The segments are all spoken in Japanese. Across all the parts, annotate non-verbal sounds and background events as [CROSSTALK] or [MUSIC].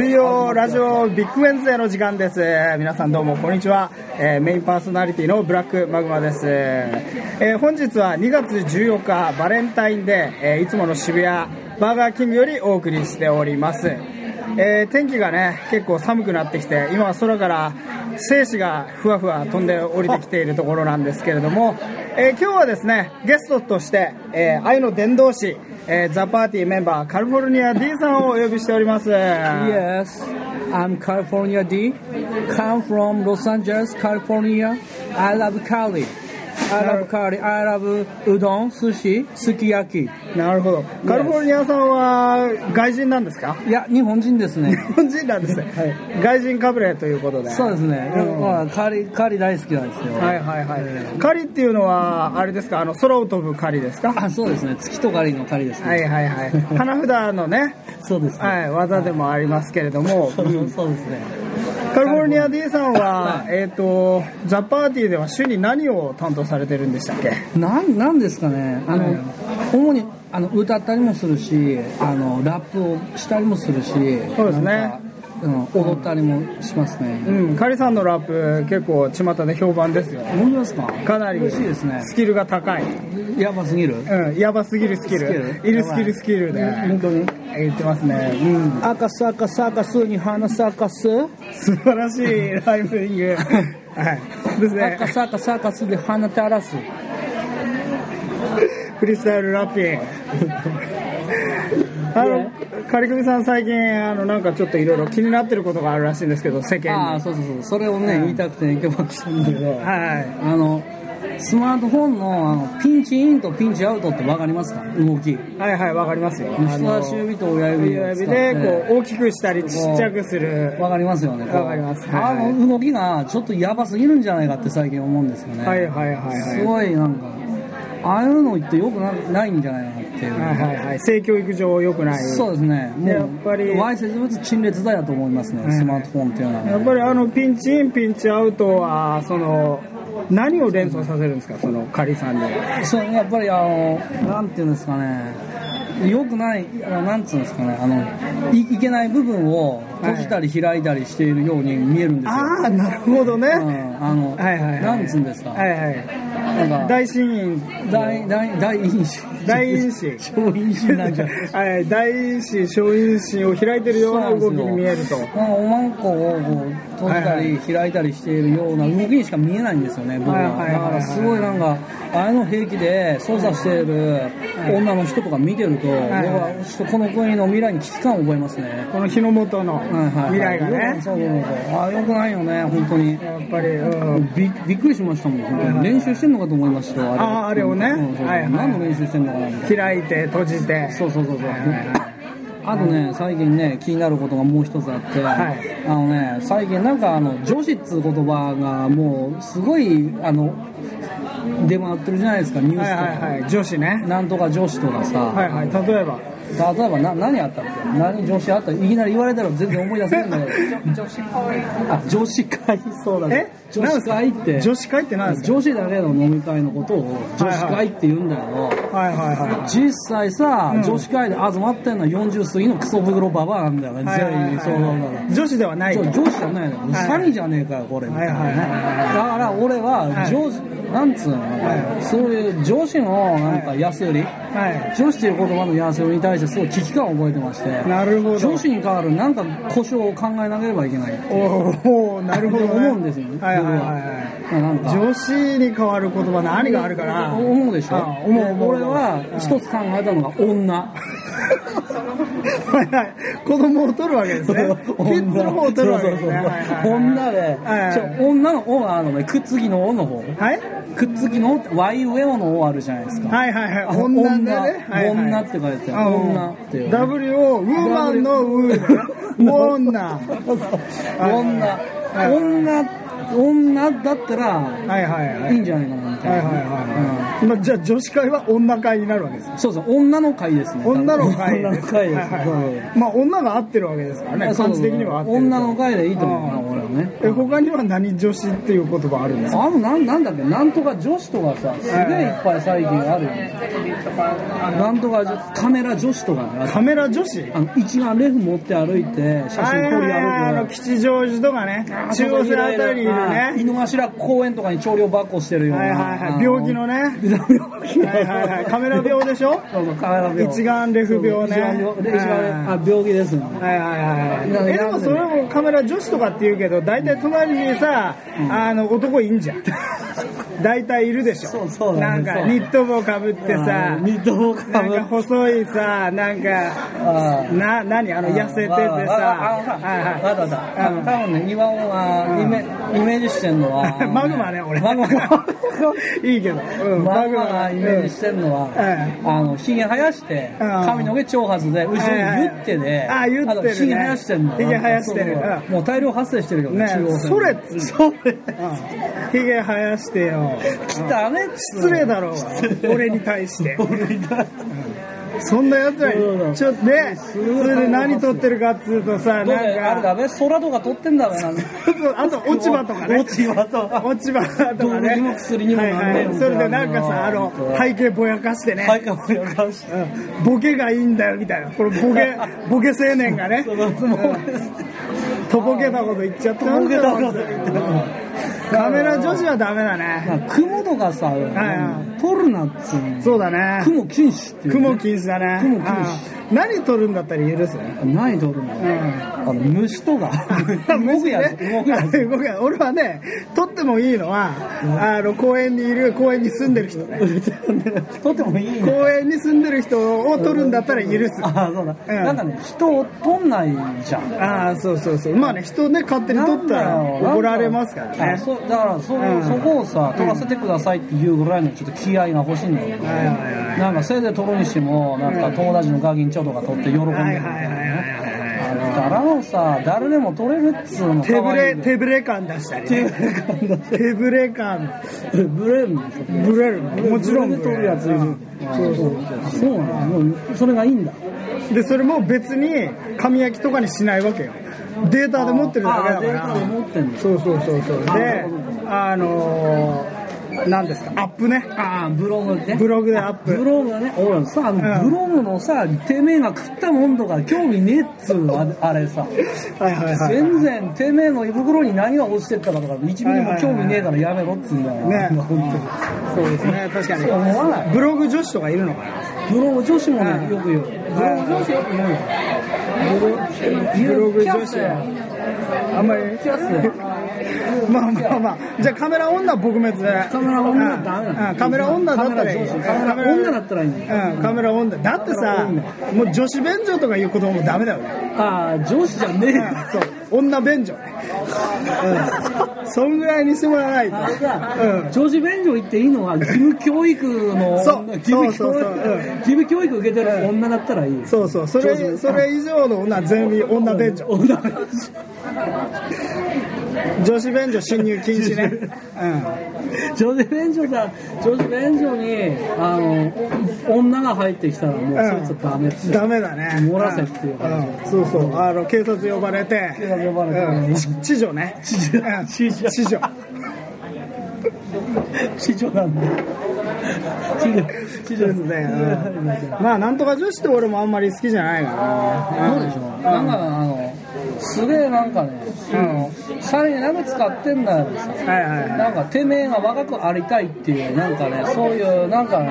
ラジオビッグウェンズデーの時間です。皆さんどうもこんにちは。えーメインパーソナリティのブラックマグマです。えー本日は2月14日バレンタインデー、えーいつもの渋谷バーガーキングよりお送りしております。えー天気がね、結構寒くなってきて、今は空から精子がふわふわ飛んで降りてきているところなんですけれども、えー今日はですね、ゲストとして、えー愛の伝道師、えーザ・パーティーメンバーカリフォルニア D さんをお呼びしております。 Yes, I'm California D. Come from Los Angeles, California. I love Cali. I love Cali. I love udon, sushi, sukiyaki. なるほど。カリフォルニアさんは外人なんですかいや、日本人です [LAUGHS] ね。日本人なんですね。外人かぶれということで。そうですね。うんまあ、カリ、カリ大好きなんですよ。はいはいはい。狩りっていうのは、あれですか、あの、空を飛ぶ狩りですかあ、そうですね。月とカリのカリですね。はいはいはい。花札のね、そうですね。はい、技でもありますけれども、そうそうですね。カリフォルニア D さんは、えっと、ザ・パーティーでは主に何を担当されてるんでしたっけなん、なんですかね。あの、主に、あの、歌ったりもするし、あの、ラップをしたりもするし、そうそうですねうん、踊ったりもしますね。うん、カリさんのラップ結構巷で評判ですよ。思いますかかなり嬉しいですねスキルが高い。やばすぎるうん、やばすぎるスキル。いるスキルスキルで。本当に言ってますね。うん。赤サカサカスに花サカス素晴らしいライブイング。はい。ですね赤。サカサカスで花垂らすフリースタイルラッピング。あの、カリクミさん最近、あの、なんかちょっといろいろ気になってることがあるらしいんですけど、世あ間あに。そうそうそうそれをね、うん言いたくて今日は来たんだけどはあのスマートフォンのあのピンチインとピンチアウトって分かりますか動きい。はいはい、わかりますよ。あ人の差し指と親指親を使指っで、てこう、大きくしたり、ちっちゃくする。分かりますよねこうわかりますはいあはいの動きがちょっとやばすぎるんじゃないかって最近思うんですよねはいはいはいすはい。ごいなんかああいうのってよくなないんじゃないかっていう、はいはいはい。性教育上良くない。そうですねもうやっぱりわいせつ物陳列だやと思いますね、スマートフォンっていうのは、ね、やっぱりあの、ピンチイン、ピンチアウトは、その、何を連想させるんですか、その、カリさんで。そうやっぱりあのなんていうんですかねよくないあのなんつうんですかねあのいいけない部分を閉じたり開いたりしているように見えるんですよ、ああ、なるほどね。うん、あの、はいはいはい。なんつうんですか、はいはい。なんか大神院。大大大陰子大陰子 [LAUGHS] 小陰子な [LAUGHS] んじゃないはい、大陰子、小陰子を開いてるような動きに見えると。このおまんこをこう閉じたり開いたりしているような動きにしか見えないんですよね、僕は。はいはいはいだはいからすごいなんか、ああいうの平気で操作している女の人とか見てると、僕はいはちょっとこの国の未来に危機感を覚えますね。この日の元のはいはいはい未来がね。そうそうそうそう。ああ、よくないよね、本当に。やっぱり、うん。びびっくりしましたもん、本当に。練習してんのかと思いましたよ、あれ。あああれをねうんそうそうはいはい何の練習してんのかなみたいな。開いて、閉じて。そうそうそうそう。はいはいはいあとね、最近ね、気になることがもう一つあって、はいあのね、最近なんかあの、女子っつう言葉がもう、すごい、あの、出回ってるじゃないですか、ニューはスいとか。はいはい。女子ね。なんとか女子とかさ、はいはい。例えば。例えばな何あったっけ何女子あったいきなり言われたら全然思い出せないんだけど女子会あ女子会そうだねえ女子会って女子会って何です女子だけの飲み会のことを女子会って言うんだけど、かはいはいは実際さ、うん女子会で集まってんのは40過ぎのクソ袋ババアなんだよね、い。はいはい全員そうなんはい女子ではないと。女子じゃないの、はい詐欺じゃねえかよこれみたいなね、はいはいはいだから俺ははい女子、なんつうの、はそういう女子のなんか安売り、は女子という言葉の安売りに対してすごい危機感を覚えてましてい。なるほど女。子に代わるなんか故障を考えなければいけないおーおー、なるほどね。って思うんですよねはいはいはいはい。僕はなんか女子に変わる言葉何があるかな思うでしょあ思う思う俺は一つ考えたのが女はいはい子供を取るわけですね [LAUGHS] キッズの方を取るわけですねそうはそうそういはいはい女で、はいちょ女の「お」があるのねくっつきの「お」の方はいくっつきの「お」って「ワイウエオ」の「お」あるじゃないですか、はいはいあはいの女でね女はいはい女って書いてああるうん女っていう W をウーマンのウ [LAUGHS] ー女はそうそうはい女、はい女女だったらいはいはいいんじゃないかなみはたいいはいはいな。はい、まあ、じゃあ女子会は女会になるわけですそうそう、女の会ですね。女の会女の会です。はいはいそうはいまあ女が合ってるわけですからねそう感じ的には合ってる女の会でいいと思うな、うん俺はね。え他には何女子っていう言葉あるんですかあのなんなんだっけなんとか女子とかさすげえいっぱい最近あるよね、なんとか女カメラ女子とかねカメラ女子あの一眼レフ持って歩いて写真撮りあ歩のく吉祥寺とかね中央線あたりにいるはい井ねの頭公園とかに調量ばっこしてるようなはいはいはい病気のね病気のはいはいはいカメラ病でしょそうそうカメラ病一眼レフ病ね一眼病で一眼レフはあ病気ですねはいはいはいはいえでもそれもカメラ女子とかって言うけど大体隣にさ、あの男いん [LAUGHS] じゃん大体いるでしょそうそうなだんねかそうニット帽かぶってさミッドボカなんムか細いさなんかな何あの痩せててさわかるわかるはいはいわかったわかったあの多分ね今はイメイメージしてんのは [LAUGHS] マグマね俺マ [LAUGHS] グマいいけど、うんマグマがイメージしてんのは、うあの、ひげ生やして、うん髪の毛長髪で、後ろにギュってで、はいはいあーギュッてるねあとひげ生やしてんの。ひげ生やしてるそうそううんもう大量発生してるけどね中央線それっつうのそれ。うんひげ生やしてよ汚ねっつ失うの礼だろうが俺に対して俺がそんなやつらそうだにちょっとねそごいれで何撮ってるかっつうとさどうだよあなれんかだべ、空とか撮ってんだべ、なんかあと落ち葉とかね落ち葉とか。落ち葉とかどうねにも薬にもはないんねえはいみたいなそれでなんかさあの背景ぼやかしてね、はい、かもやかし。うんボケがいいんだよみたいなこのボ [LAUGHS] ケボケ青年がねそのもうとぼけたこと言っちゃってますよとぼけたこうとんカメラ女子はダメだねなんか雲とかさ、は撮るなっつうの。そうだね雲禁止っていうね、雲禁止だね雲禁止うん何撮るんだったら許す何撮るの、あの虫とか動くやつ動くやつ動くやつ俺はね撮ってもいいのはあの公園にいる公園に住んでる人ね撮ってもいい公ね園に住んでる人を撮るんだったら許すああそうだ、うんなんかね人を撮んないじゃんああそうそうそうまあね人ね勝手に撮ったらなんだろう怒られますかなんらあねそうだからそ,、うんそこをさ撮らせてくださいっていうぐらいのちょっと気合が欲しいんだはよ、いはいはいなんかせいで撮るにしてもなんか友達のガキンチョとか撮って喜んでるみたいなはいはいはいはいねあの柄をさ誰でも撮れるっつうの手ぶれ手手ぶれ感出したりぶねれ感だ手ぶれ感ブレんブレるのもちろんで撮るやついるそうそうそうなのもうそれがいいんだでそれも別に紙焼きとかにしないわけよデータで持ってるだけだかあデータで持ってんらのそうそうそうそうあであのー何ですかアップねああブログねブログでアップブログね俺さあの、うんブログのさてめえが食ったもんとか興味ねえっつうのあれあれさはいはいはい全然てめえの胃袋に何が落ちてったかとか一ミリも興味ねえからやめろっつうんだよね本そうですね確か当にそう思わないにブログ女子とかいるのかブログ女子もはねいよく言うブログ女子よく言うよブログ女子 You can't なあんまり say. まあまあまあじゃあカメラ女撲滅でカメラ女はダメなうのんカメラ女だったらいいカメラ女カメラ女だったらいいうんカメラ女だってカメさラ女もう女子便所とかいう言葉もダメだよねああ女子じゃねえよそう、女便所ね。うん。そんぐらいにしてもらわないと。あれうんだ、女子便所行っていいのは義務教育のそう女義務そうそ教う育そううん義務教育受けてる女だったらいい。そうそう、それ、それ以上の女は全員女便所。女便女子便所侵入禁止ね。所女子便所だ女子便所にあの女が入ってきたらもううんそいつはダメうっすん。ダメだね。漏らせっていう感うんそうそう、あの、警察呼ばれて。警察呼ばれてうんち知女ね。知女うん知女知女。地上なんで地上地上ですね。うんまあ、なんとか女子って俺もあんまり好きじゃないかな。そうでしょなんかあのすげえなんかね、うん、さらに鍋使ってんだよさはいはいはい。なんかてめえが若くありたいっていうなんかねそういうなんかね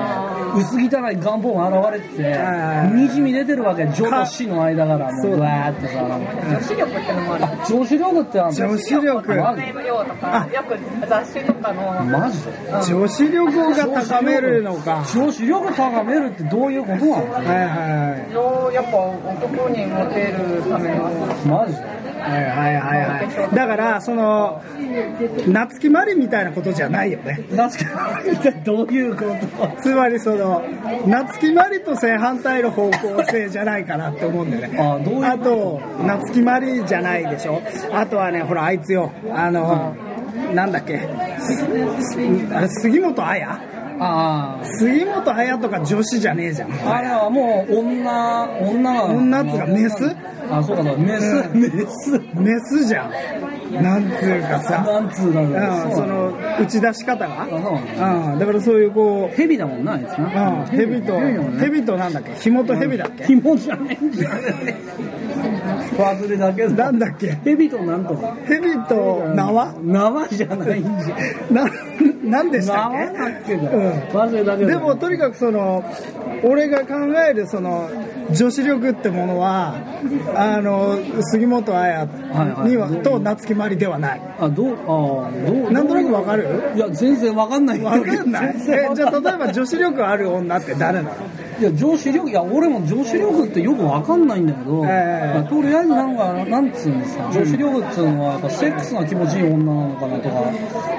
薄汚い願望が現れててはいにじみ出てるわけ女と死の間からもそうううわーってさなんか女子力ってのもある女子力ってあんの女子力。マジで量とかよく雑誌とかのマジで女子力が高めるのか。女子力高めるってどういうことなのはいはいはい。やっぱ男にモテるためのマジではいはいはいはい。だから、その、夏木マリみたいなことじゃないよね。確かにどういうことつまりその、夏木マリと正反対の方向性じゃないかなって思うんだよね。あどういうあと、夏木マリじゃないでしょ。あとはね、ほら、あいつよ。あの、なんだっけすあれ杉本彩あ杉本彩とか女子じゃねえじゃんあ。あれはもう女、女が。女っつうかメスあ、そうかそう、メス、メス。メスじゃんなんつうかなさ、んつうだろう。うん、そそうなのんだ打ち出し方が、あそうなんだうん、だからそういうこう、蛇だもんな、あいつうん、な。蛇と蛇だもんね。蛇となんだっけ紐と蛇だっけ紐じゃねえんじゃねえ。パズルだけなだ。んだっけ蛇となんとか。蛇と縄縄じゃないんじゃ。 [LAUGHS] ななんでしたっ縄けだっけだうん。パズルだけだ。でもとにかくその俺が考えるその女子力ってものはあの杉本彩には、はいはいと夏木マリではないあ、どう、あーどう。なんとなくわかるいや、全然わかんない。わかんない [LAUGHS] 全え然わじかゃあんな例いえば女子力ある女って誰なのいや、上司力、いや、俺も上司力ってよくわかんないんだけど、ええまあとりあえずなんか、なんつうんですか、上司力っていうのは、やっぱセックスが気持ちいい女なのかなとか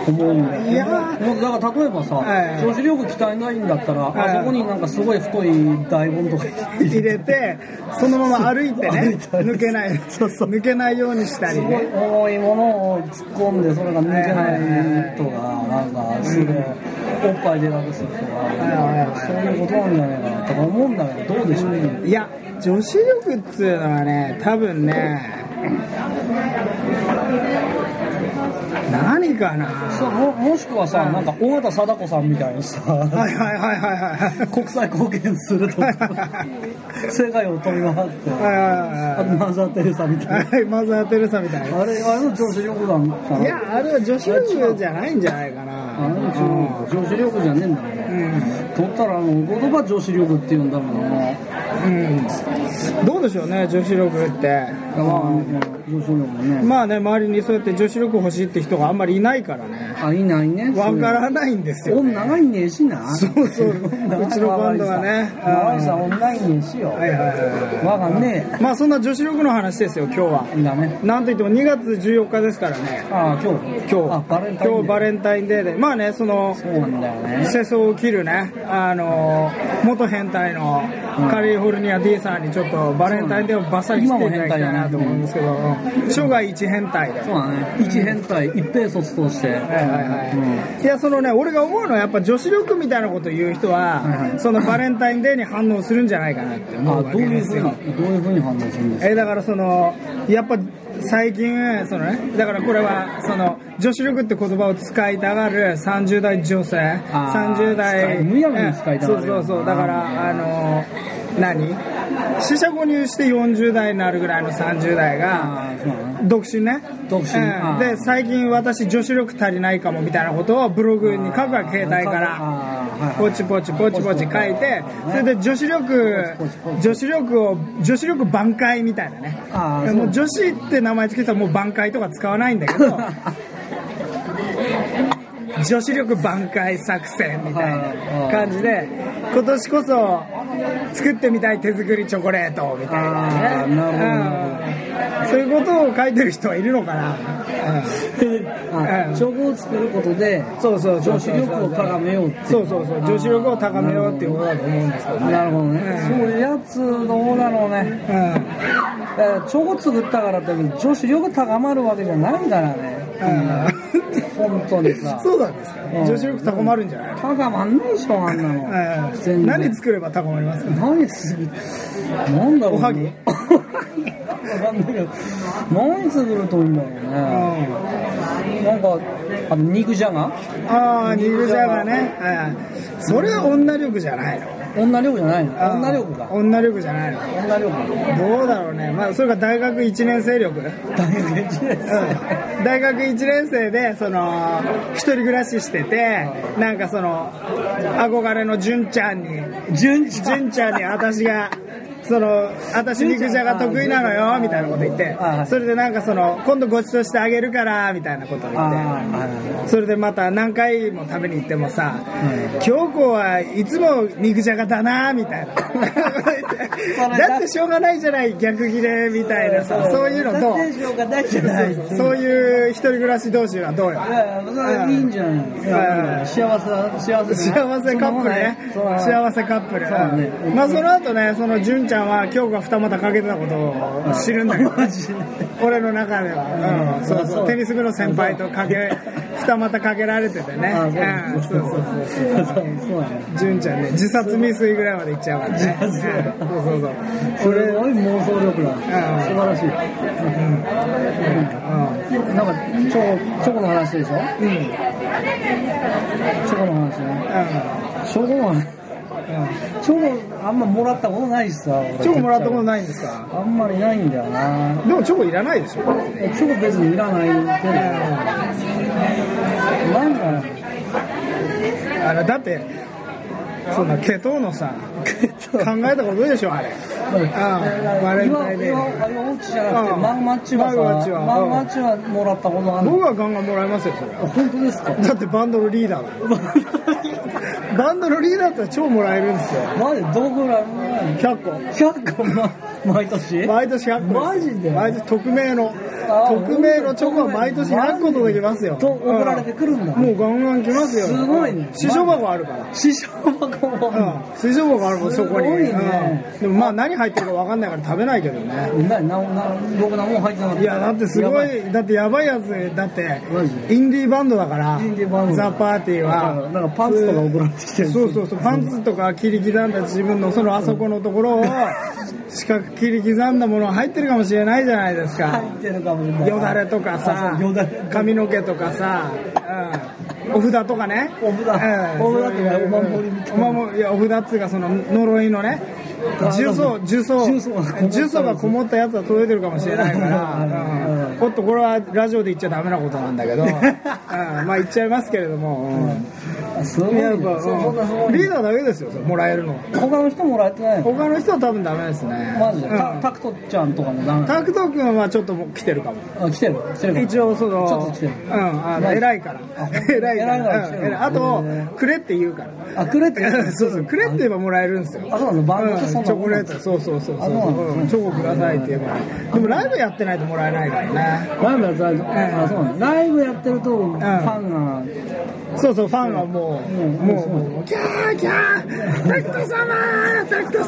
思うんだよねいやーでもだから例えばさ、ええ上司力鍛えないんだったら、ええあそこになんかすごい太い台本とか入れてそのまま歩いて歩いねたり抜けない抜けないようにしたりすごいね重いものを突っ込んで、それが抜けないとか、なんか、すごい、おっぱいでかくするとか、はいはいそういうことなんじゃないかなとか思うんだけど、どうでしょうね。いや女子力っつうのはね多分ね何かなそうももしくはさ、なんか尾形貞子さんみたいにさはいはいはいはいはい国際貢献するとか世界を飛び回ってはいはいあとマザー・テレサみたいはいはいマザー・テレサみたいななあれあれの上司力なんかいなやあれは女子力じゃないんじゃないかあれなの上司力じゃねえんだろううねん取ったらあの言葉上司力って言うんだもんなうんどうでしょうね女子力ってまあまあ上司力もねまあね周りにそうやって女子力欲しいって人があんまりいないからねあいないねわからんないんですよ、女ね、がいねえしなそうそう [LAUGHS] 女うちのバンドはね可愛さ女いねえしよはいはいはいわかんねえまあそんな女子力の話ですよ今日はダメなんといっても2月14日ですからねああ今日今日あバレンタインデー今日バレンタインデーでまあねそのそうなんだよね。世相を切るね、あの元変態のカリフォルニア D さんにちょっとバレンタインデーをバッサリ切っていただきたいなと思うんですけど、うん生涯一変態で。そうだね。一変態、一平卒として。はいはいはいはいいやそのね俺が思うのはやっぱ女子力みたいなこと言う人は、はいはいそのバレンタインデーに反応するんじゃないかなって思あうわどうけいでうすふうよ。に、どういうふうに反応するんですえだからそのやっぱ最近そのねだからこれはその女子力って言葉を使いたがる30代女性あー30代使いむやみに使いたがるそうそうそうだからあの何四捨五入して40代になるぐらいの30代がああ、そうだね。独身ね独身うんあーで最近私女子力足りないかもみたいなことをブログに書くわ携帯から。あーはいはいポチポチポチポチ書いてそれで女子力女子力を女子力挽回みたいなねあーもう女子って名前つけたらもう挽回とか使わないんだけ [LAUGHS] ど女子力挽回作戦みたいな感じで今年こそ作ってみたい手作りチョコレートみたいなあーねなるうほどんそういうことを書いてる人はいるのかな、うんあチョコを作ることで、そうそうそう女子力を高めようっていうそうそうそう女子力を高めようっていうことだと思うんですけどねなるほどね。うんそういうやつ、どうだろうね。うだからチョコ作ったからって、女子力高まるわけじゃないからね。ん本当にさ。そうなんですかうん女子力高まるんじゃない高まんないでしょ、あんなの。うん何作れば高まりますか何作るなんだろうおはぎおはぎわかんないけど何作るといいんだろうねなんかあの肉じゃがああ肉じゃがねはいそれは女力じゃないの女力じゃないのうん女力か女力じゃないの女力どうだろうねまあそれが大学1年生 [LAUGHS] 力大変です [LAUGHS] うん大学1年生でその一人暮らししててなんかその憧れの純ちゃんに順次純ちゃんに私がその私肉じゃが得意なのよみたいなこと言ってあはいそれでなんかその今度ごちそうしてあげるからみたいなことを言あってあそれでまた何回も食べに行ってもさ「京子はいつも肉じゃがだな」み [LAUGHS] たいなだってしょうがないじゃない逆切れみたいなさそういうのと大丈夫か大 [LAUGHS] 丈夫かそういう一人暮らし同士はどうよいやいやそれはいいんじゃないいやいや幸せだ幸せだ幸せカップルねそうだ幸せカップルそうだねうんまあその後ねその純ちゃんは今日が二股かけてたことを知るんだけど、 [LAUGHS] マジで俺の中では、うん、そうあそそううテニス部の先輩とかけ二股かけられててね、あうん、そうそうそうそうそうなんだ純ちゃんね自殺未遂ぐらいまでいっちゃうからね、うん、自殺そうそうすそう俺ごい妄想力だあ素晴らしいなんかチョコチョコの話でしょうんうんチョコの話ねうチョコはんうんチョコあんまもらったことないしさ俺チョコもらったことないんですかあんまりないんだよなでもチョコいらないでしょえチョコ別にいらないけどなんかあれだってそんなケトーのさ考えたことでしょあれああバレンタインデー今今今おうちじゃなくああてマグマッチはさマグマッチはマグマッチはもらったことある僕はガンガンもらいますよそれは本当ですかだってバンドのリーダーだもんバンドのリーダーって超もらえるんですよマジどこぐらいもらえるの100個100個ま毎年毎年100個マジで毎年匿名のあ匿名のチョコは毎年100個届きますよと送られてくるんだうんもうガンガン来ますよすごいね試食箱あるから師匠箱もうん水槽箱あるもんそこに、すごいねうんでもまあ何入ってるか分かんないから食べないけどねななな僕何も入ってなかったいやだってすごやばいだってやばいやつだってマジでインディーバンドだからインディーバンドザ・パーティーはなんかパンツとか送られてきてるそうそうそうパンツとか切り刻んだ自分のそのあそこのとこ [LAUGHS] ろを四角く切り刻んだもの入ってるかもしれないじゃないですか入ってるかもしれないよだれとかさあそうよだれ髪の毛とかさ、うん、お札とかねお札お札っていうかお守りみたいなお守りいやお札っつうかその呪いのねあ重曹なんか重曹重曹がこもったや重曹がこもったやつつは届いてるかもしれないかうんら、うん、おっとこれはラジオで言っちゃダメなことなんだけ [LAUGHS] ど、うん、まあ言っちゃいますけれども、あすごういん、ねやっぱ、そそんなすごうんいリーねダーだけですよそれもらえるの他の人もらえてないの他の人は多分ダメですねマジでうんタタクトちゃんとかもダメタクト君はちょっともう来てるかもあ来てる来てる一応そのちょっと来てるうんあのない偉いから [LAUGHS] あ偉いから偉いから来てうるん偉いあとへくれって言うから [LAUGHS] あくれってそうそうくれって言えばもらえるんですよあそうなのバンドってそうんんチなョもコんレなートのそうそうそうあそうなのうんチョコくださいって言えばでもライブやってないともらえないからねライブやってるとあそうなのライブやってるとファンがそうそうファンはもううんもううんもうキャーキャータクト様タクト様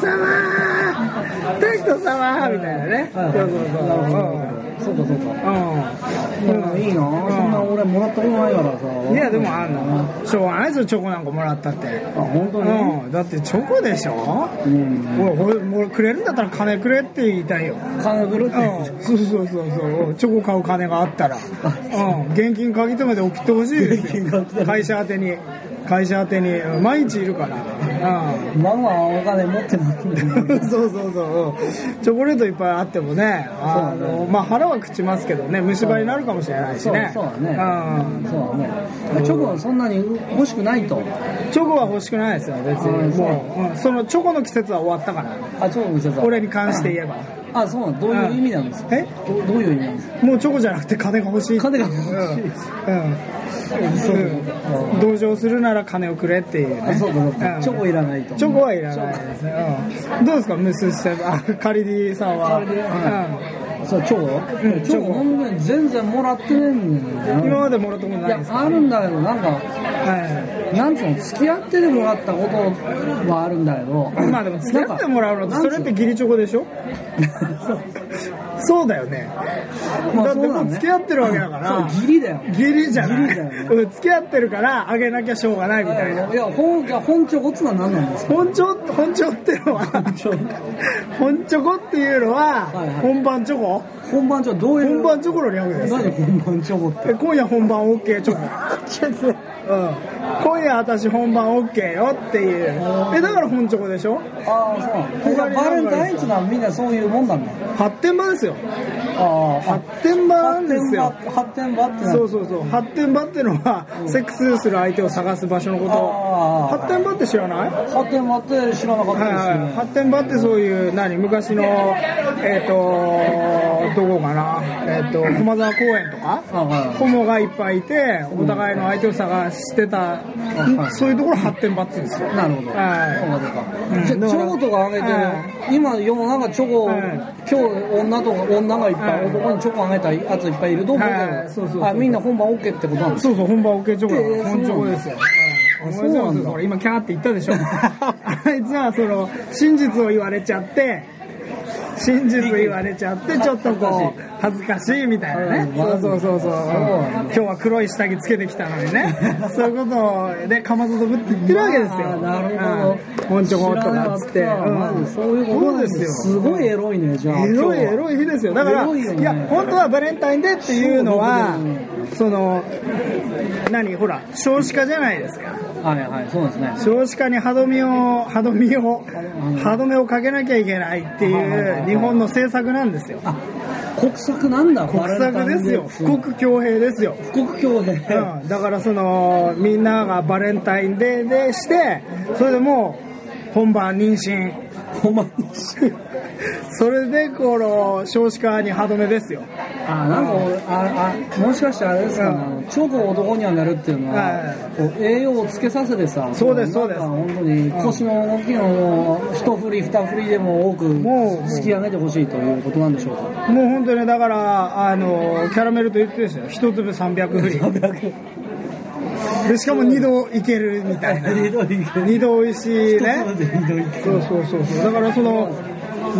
タクト様みたいなねそうはいそうなるほそううんどそうかそうかうんいいなうんそんな俺もらったことないからさいやでもあんのしょうがないですよチョコなんかもらったってあ本当にうん、だってチョコでしょ、ううんもうもうくれるんだったら金くれって言いたいよ、金くるってうん、そうそうそうそうチョコ買う金があったら、うん、現金鍵留めで送ってほしいです現金よ鍵留め会社宛てに会社宛てにうん毎日いるから、 [LAUGHS] うママはお金持ってないんだよん、そうそうそううんチョコレートいっぱいあってもねあそうだの、まあ、腹は朽ちますけどね虫歯になるかもしれないしそうねそうだねうんそうだねチョコはそんなに欲しくないとチョコは欲しくないですよ別にあそうもう、うんそのチョコの季節は終わったからあチョコ見せた俺に関して言えばあそうなのどういう意味なんですかえどどういう意味なんですかもうチョコじゃなくて金が欲しい金が欲しいしそういうん、うん、同情するなら金をくれっていうねあそうかそううんかチョコいらないとチョコはいらないですね、うん、どうですかムスセブンあカリディさんは、カリディそうチョコ、うんチョコ本当に全然もらってねえんだようん、な今までもらったこといないですかやあるんだけどなんかはなんつうの付き合ってでもらったことはあるんだけどいまあでも付き合ってもらうのってそれって義理チョコでしょそうだよね、まあだってそうもだうね付き合ってるわけだかそうら義理だよギリじゃないギリだよねうん付き合ってるからあげなきゃしょうがないみたいないや本じゃあ本チョコっつうのは何なんですか本チョ本チョってのは本チョコっていうのははいはい本番チョコ本番チョコどういう本番チョコの略です何本番チョコってえ今夜本番 OK [LAUGHS] チョコうん今夜私本番 OK よっていうえだから本チョコでしょああそうなのバレンタインっつうのはみんなそういうもんなんだ発展場ですよああ発展場なんですよ発展場ってなそうそうそう発展場ってのはセックスする相手を探す場所のこあとー発展場って知らない発展場って知らなかっはいたはい、発展場ってそういう何昔のえっ、とどこかなえっ、と駒沢公園とかあはいホモがいっぱいいてお互いの相手を探してた、はいそういうところ発展場って言うんですよ、なるほど。はいそうかそううんか。じゃあチョコとかあげてる、今世の中チョコ、はい今日女とか女がいっぱはいい、男にチョコあげたやついっぱいいると思うけはいそうそうそうど、あみんな本番 OK ってことなんですそうそう本場オケチョコだ、えー本チョコですよあそそううななんんだだ今キャーって言ったでしょあいつはその真実を言われちゃって真実言われちゃってちょっとこう恥ずかしいみたいなねそうそうそうそう今日は黒い下着つけてきたのに [LAUGHS] ねそういうことをでかまどとぶって言ってるわけですよなるほうどんもんちょこっと知らなかかっっつたってまんあそういうことなんそでうですすよよすごいエロいねじゃあエロいエいロい日ですよだからエロいよねいや本当はバレンタインデーっていうのはその何ほら少子化じゃないですかはいはいそうですね少子化に歯止めを歯止めを歯止めをかけなきゃいけないっていう日本の政策なんですよあ国策なんだ国策ですよ富国強兵ですよ富国強兵うん、だからそのみんながバレンタインデーでしてそれでもう本番妊娠ほんまにそれでこの少子化に歯止めですよあなんか俺ああもしかしてあれですかねチョコを男にはなるっていうのははいこう栄養をつけさせてさそうですそうですなんか本当に腰の動きの一振り二振りでも多くもう突き上げてほしいということなんでしょうかもう本当にだからあのキャラメルと言ってですよ一粒300振りでしかも二度いけるみたいなひどい二度美味しいね一つでひどいそうそうそうそうだからその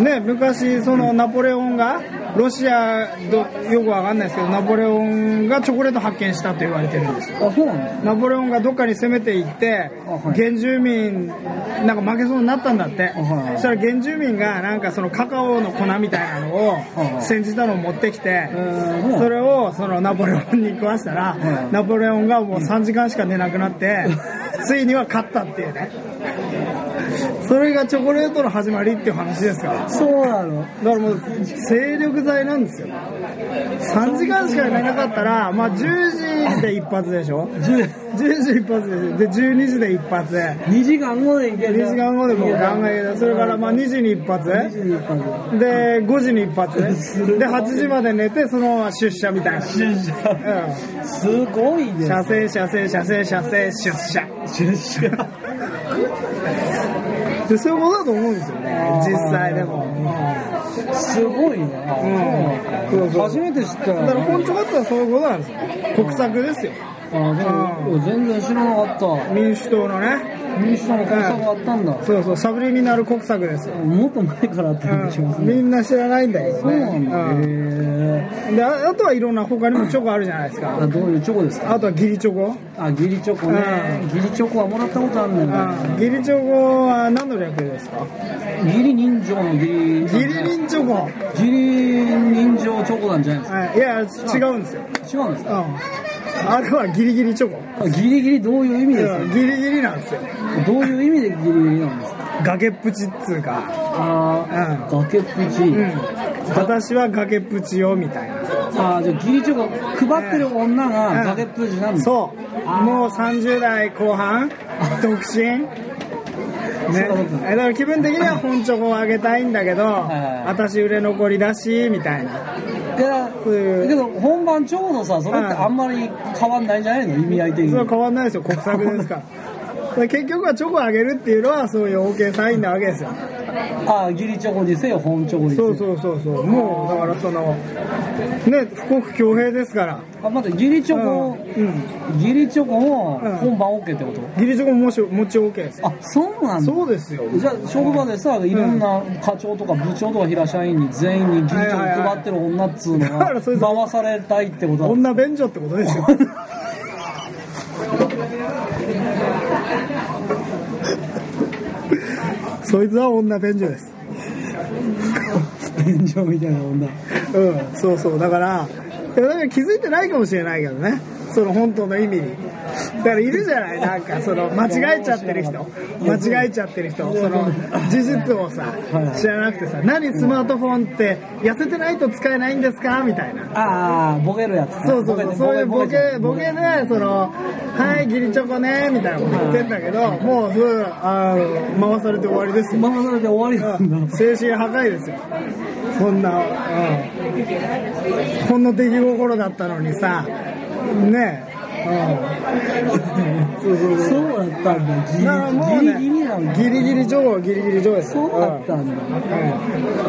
ね昔そのナポレオンがロシアどよくわかんないですけどナポレオンがチョコレート発見したと言われてるんですよあそうなんですナポレオンがどっかに攻めていってあはい原住民なんか負けそうになったんだってあはいそしたら原住民がなんかそのカカオの粉みたいなのあをはい煎じたのを持ってきてーそれをそのナポレオンに食わしたらはいナポレオンがもう3時間しか寝なくなってついには勝ったっていうねそれがチョコレートの始まりっていう話ですからそうなのだからもう精力剤なんですよ3時間しか寝なかったら、まあ、10時で一発でしょ10時一発でしょで12時で一発2 2時間後でいける時間後でもう考えたそれからまあ2時に一発で2時間後5時に一発で8時まで寝てそのまま出社みたいな、うすごいん、ね射精射精射精射精出社出社でそういうことだと思うんですよねあー実際でも、すごいね、うんそうそう初めて知っただからあ本当だったらそういうことなんですよ国策ですよでも全然知らなかっ民主党のねた民主党の国策があったんだ、そうそう、サブリミナル国策ですよ。もっと前からあったような気がすみるんな知らないんだけどそうなんね。だ、へうんで、ああとはいろんな他にもチョコあるじゃないですーあか。どういうチョコですかあとはギリチョコ。あギリチョコね、ギリチョコはもらったことあるんだようんギリチョコは何の略ですかねギリ人情のギリギリリンチョコ。はいギリ人情チョコなんじゃないでいや、違うんですよ。すか違うんでうすかん。あれはギリギリチョコ。あギリギリどういう意味いですやギリギリなんですよ。かどういう意味でギリギリなんですか崖っぷちっつうか。あー、崖っぷち、うん。私は崖っぷちよ、みたいな。ああ、じゃあギリチョコ配ってる女うんが崖っぷちなんだ。そう。あーもう30代後半、独身。ねそういうこと、えだから気分的には本チョコをあげたいんだけど、い私売れ残りだし、みたいな。いや、そういうだけど本番ちょうどさ、それってあんまり変わんないんじゃないの意味合い的それはに。変わんないですよ、国策ですから。だ [LAUGHS] から結局はチョコをあげるっていうのはそういう OK サインなわけですよ。ああ、ギリチョコにせよ、本チョコにせそよ。うそうそうそう。もう、だからその、ね、富国強兵ですから。あ、待って、ギリチョコ、うんうんギリチョコもうん本番 OK ってこと、ギリチョコももちもち OK ですよ。あ、そうなんだ。そうですよ。じゃあ、職場でさ、いろんな課長とか部長とか平社員に全員にギリチョコ配ってる女っつうのはいはいはいが回されたいってことだ女便所ってことですよ。そいつは女便所です。天井みたいな女。うん、そうそう、だから、でもなんか気づいてないかもしれないけどね。その本当の意味に。だからいるじゃない、なんかその間違えちゃってる人、間違えちゃってる人、その事実をさ、知らなくてさ、何スマートフォンって痩せてないと使えないんですかみたいな。ああ、ボケるやつ。そうそうそう、そういうボちゃケ、ボケで、その、はい、ギリチョコね、みたいなこと言ってんだけど、もう、そうあー回されて終わりですよ。回されて終わりなんだ。精神破壊ですよ。そんな、うん。ほんの出来心だったのにさ、ねえ、うん。そうそうそう。そうだったんだからだ。もギうリねギリギリギリなんだ。ギリギリ情報、ギリギリ情報ですよ。そうだったうんんうだ。ん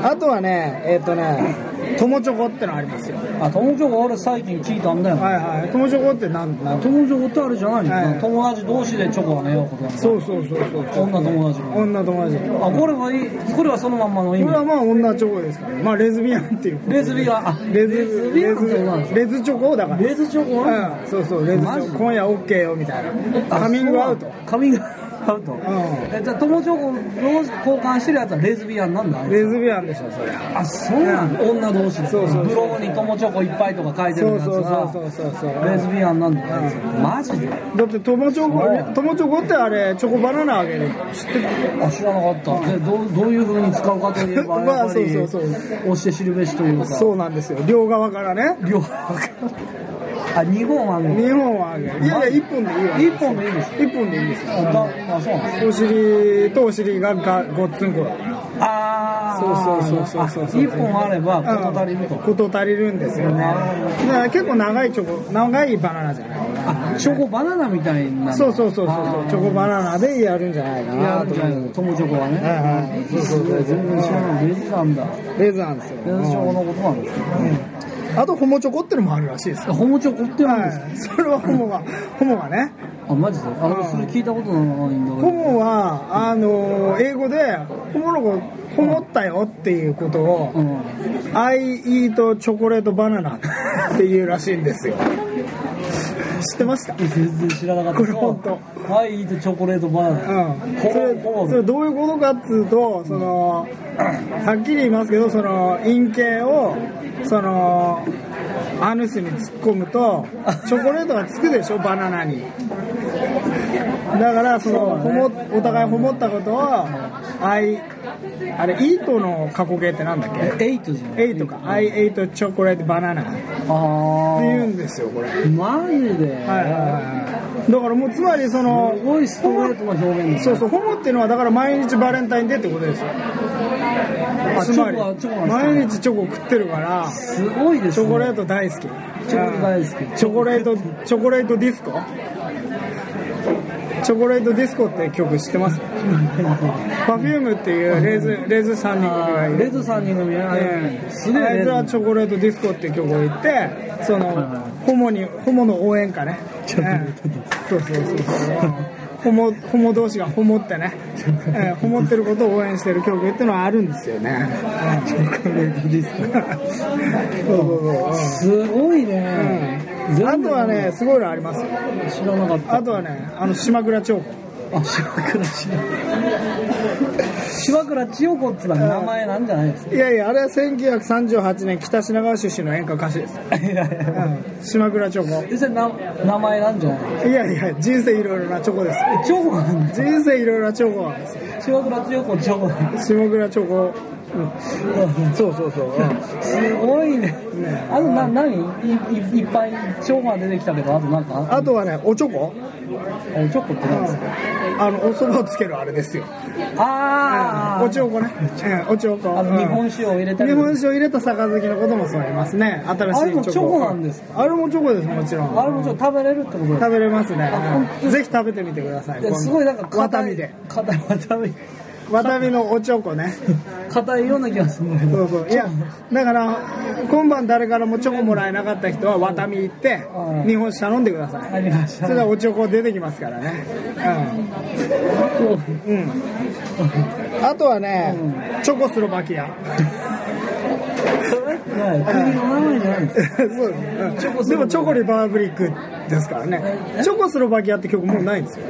あとはね、えっ、とね、友チョコってのありますよあ友情が俺最近聞いたんだよはいはい友チョコってなんなん友情ってあれじゃないの、はい友達同士でチョコがねようことなんだそうそうそうそう女友達の女友達こあこれはいいこれはそのまんまの意れは味まあ女チョコですからまあレズビアンっていうレズビアンあレズビアレンってことなんでズレズチョコだからレズチョコなのうんそうそうレズチマジョコ今夜 OK よみたいなカミングアウトあそうなのカミングアウト、えじゃあ友チョコを交換してるやつはレズビアンなんだあいつレズビアンでしょそれあそうなんだ女同士でそうそうそうブログに友チョコいっぱいとか書いてるそやうつそうがそうそうそうそうレズビアンなんだあいつマジでだって友チョそコう友チョコってあれチョコバナナあげるあ知らなかったでどうどういう風に使うかといえば [LAUGHS] まあやっぱりそうそうそう押して知るべしというかそうなんですよ両側からね両方あ二本あるの2本はあげるいやいや1本でいいわ一本でいいです1本でいいんですよあだあそうなんですお尻とお尻ががごっつんこだからあーそうそうそうそうそうあ一本あれば事足りると、こと足りるんですよねだから結構長いチョコ長いバナナじゃないあチョコバナナみたいなそうそうそうそうあーチョコバナナでやるんじゃないかいやなと思じゃあう友チョコはね、はいはいそうそうそう全然知らないレズなんだレーズなんですよレズチョコのことなんですね、あとホモチョコってのもあるらしいですよホモチョコってなんですか、はいそれはホモがホモがねあマジであのそれ聞いたことないんだけホどモはあのー英語でホモの子ホモったよっていうことをうん I eat チョコレートバナナっていうらしいんですよ知ってました全然知らなかったこれ本当はいいいとチョコレートバナナ、うんホそれモホモそれどういうことかっつうとそのはっきり言いますけどその陰茎をそのアヌスに突っ込むとチョコレートがつくでしょバナナにだからそのそうだねほもお互いほもったことをアイあれイートの過去形ってなんだっけえエイトじゃんエイトか I ate チョコレートバナナってあ言うあんですよこれはいマジで、はいはいだからもうつまりそのすごいストレートな表現ですそうそう、ホモっていうのはだから毎日バレンタインデーってことですよ。つまりチョコはチョコなんですか毎日チョコ食ってるから、すごいですねチョコレート大好き。チョコレート大好きうんチョコレート、チョコレートディスコチョコレートディスコって曲知ってます ?Perfume っていうレーズ、レーズ3人組があいーる。レズさんに組あええれすげえあいレつはズチョコレートディスコっていう曲を言ってその、はいはホモにホモの応援歌ねチョコレートディええそうそうそうそうホモホモ同士がホモってね、ええホモってることを応援してる曲っていうのはあるんですよねチョコレートディスそう [LAUGHS] そうそうコすごいね、うんあとはねすごいのありますよ知らなかったあとはねあの島倉千代子あ柴倉千代子柴倉千代子ってのは名前なんじゃないですいやいやあれは1938年北品川出身の演歌歌手です、かいやいやうん、島倉千代実際な名前なんじゃない子いやいや人生いろいろなチョコですえチョコなんだ人生いろいろなチョコなんですよ柴倉千代子チョコなんだ島倉チョコ、そうそうそう、すごいねあとな何いいいっぱいチョコが出てきたけどあとなんかあとはねおチョコえチョコって何ですかあのおそばをつけるあれですよああおチョコねうんおチョコあのうん日本酒を入れたり日本酒を入れた杯のこともそう言いますね新しいあれもチョコなんですかあれもチョコですもちろんあれもちょっと食べれるってことですか食べれますねあ本当うんぜひ食べてみてくださいいやすごいなんかわた硬みいで硬い硬いわたみのおチョコね硬いような気がするんだけそどうそういやだから今晩誰からもチョコもらえなかった人はわたみ行ってうん日本酒頼んでくださいありましそたれではおチョコ出てきますからねうんうんあとはねチョコスロバキ [LAUGHS] アそれはい国の名前じゃないんですかそうですねうんでもチョコリパブリックですからねチョコスロバキアって曲もうないんですよ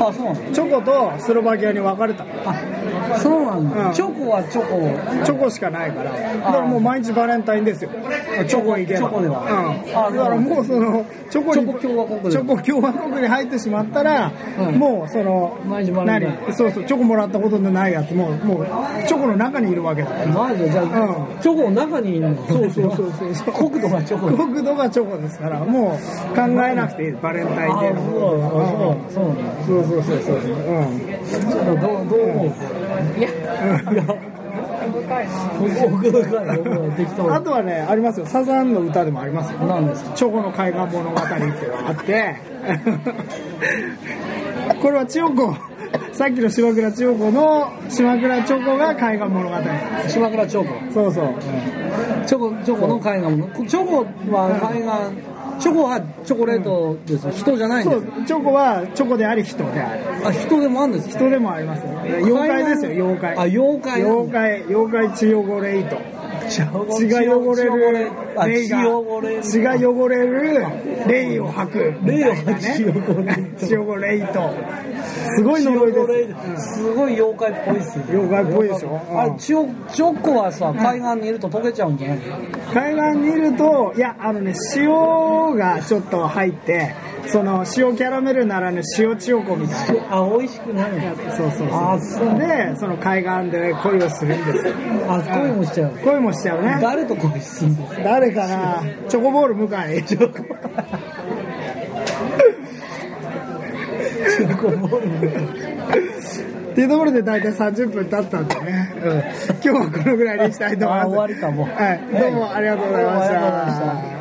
あそうなんチョコとスロバキアに分かれただあそうなんだ、うんチョコはチョコチョコしかないからだからもう毎日バレンタインですよチョコ行けばチョコではうん、だあからもうそのチョコにチョコ共和国でチョコ共和国に入ってしまったら、うんもうその毎日バレンタイン何そうそうチョコもらったことのないやつもうもうチョコの中にいるわけだからマジでじゃあ、うチョコの中にいるのそうそうそうそうそう国土がチョコ国土がチョコですからもう考えなくていいバレンタインあデーあのそことはうそうそうなんだそうそうそうそう。うん。ちょっとどうどう思ういやい [LAUGHS] や深いな奥深い奥深い適当あとはね、ありますよ。サザンの歌でもありますよ。なんですかチョコの海 [LAUGHS] 岸物語っていうのがあって、これは千代子、さっきの島倉千代子の島倉千代子が海岸物語島倉彫刻そうそうチョコ、チョコの海岸も、こチョコは海岸、チョコはチョコレートですよ。人じゃないんそでうすよ。チョコはチョコであり人であるあ、人でもあるんですか人でもありますよ妖怪ですよ妖怪あ、妖怪なん妖だ。怪妖怪血汚れ糸血が汚れるあ、霊血が汚れる。血が汚れる霊を吐く霊をみたいなね血汚れ糸すごい呪いですす。すごい妖怪っぽいっすね。妖怪っぽいでしょあうれ、んチョチョコはさ、海岸にいると溶けちゃうんじゃない海岸にいるといやあのね塩がちょっと入ってその塩キャラメルならぬ塩千代子みたいあ、美味しくなるなそうそうあ、そうそう。でその海岸で恋をするんですよあ、恋もしちゃう。恋もしちゃうね誰と恋するんですか誰かなチョコボール向井チョコチョコボール。っていうところで大体30分経ったんでね、うん、今日はこのぐらいにしたいと思いますあ終わりかもはい、どうもありがとうございましどうもありがとうございました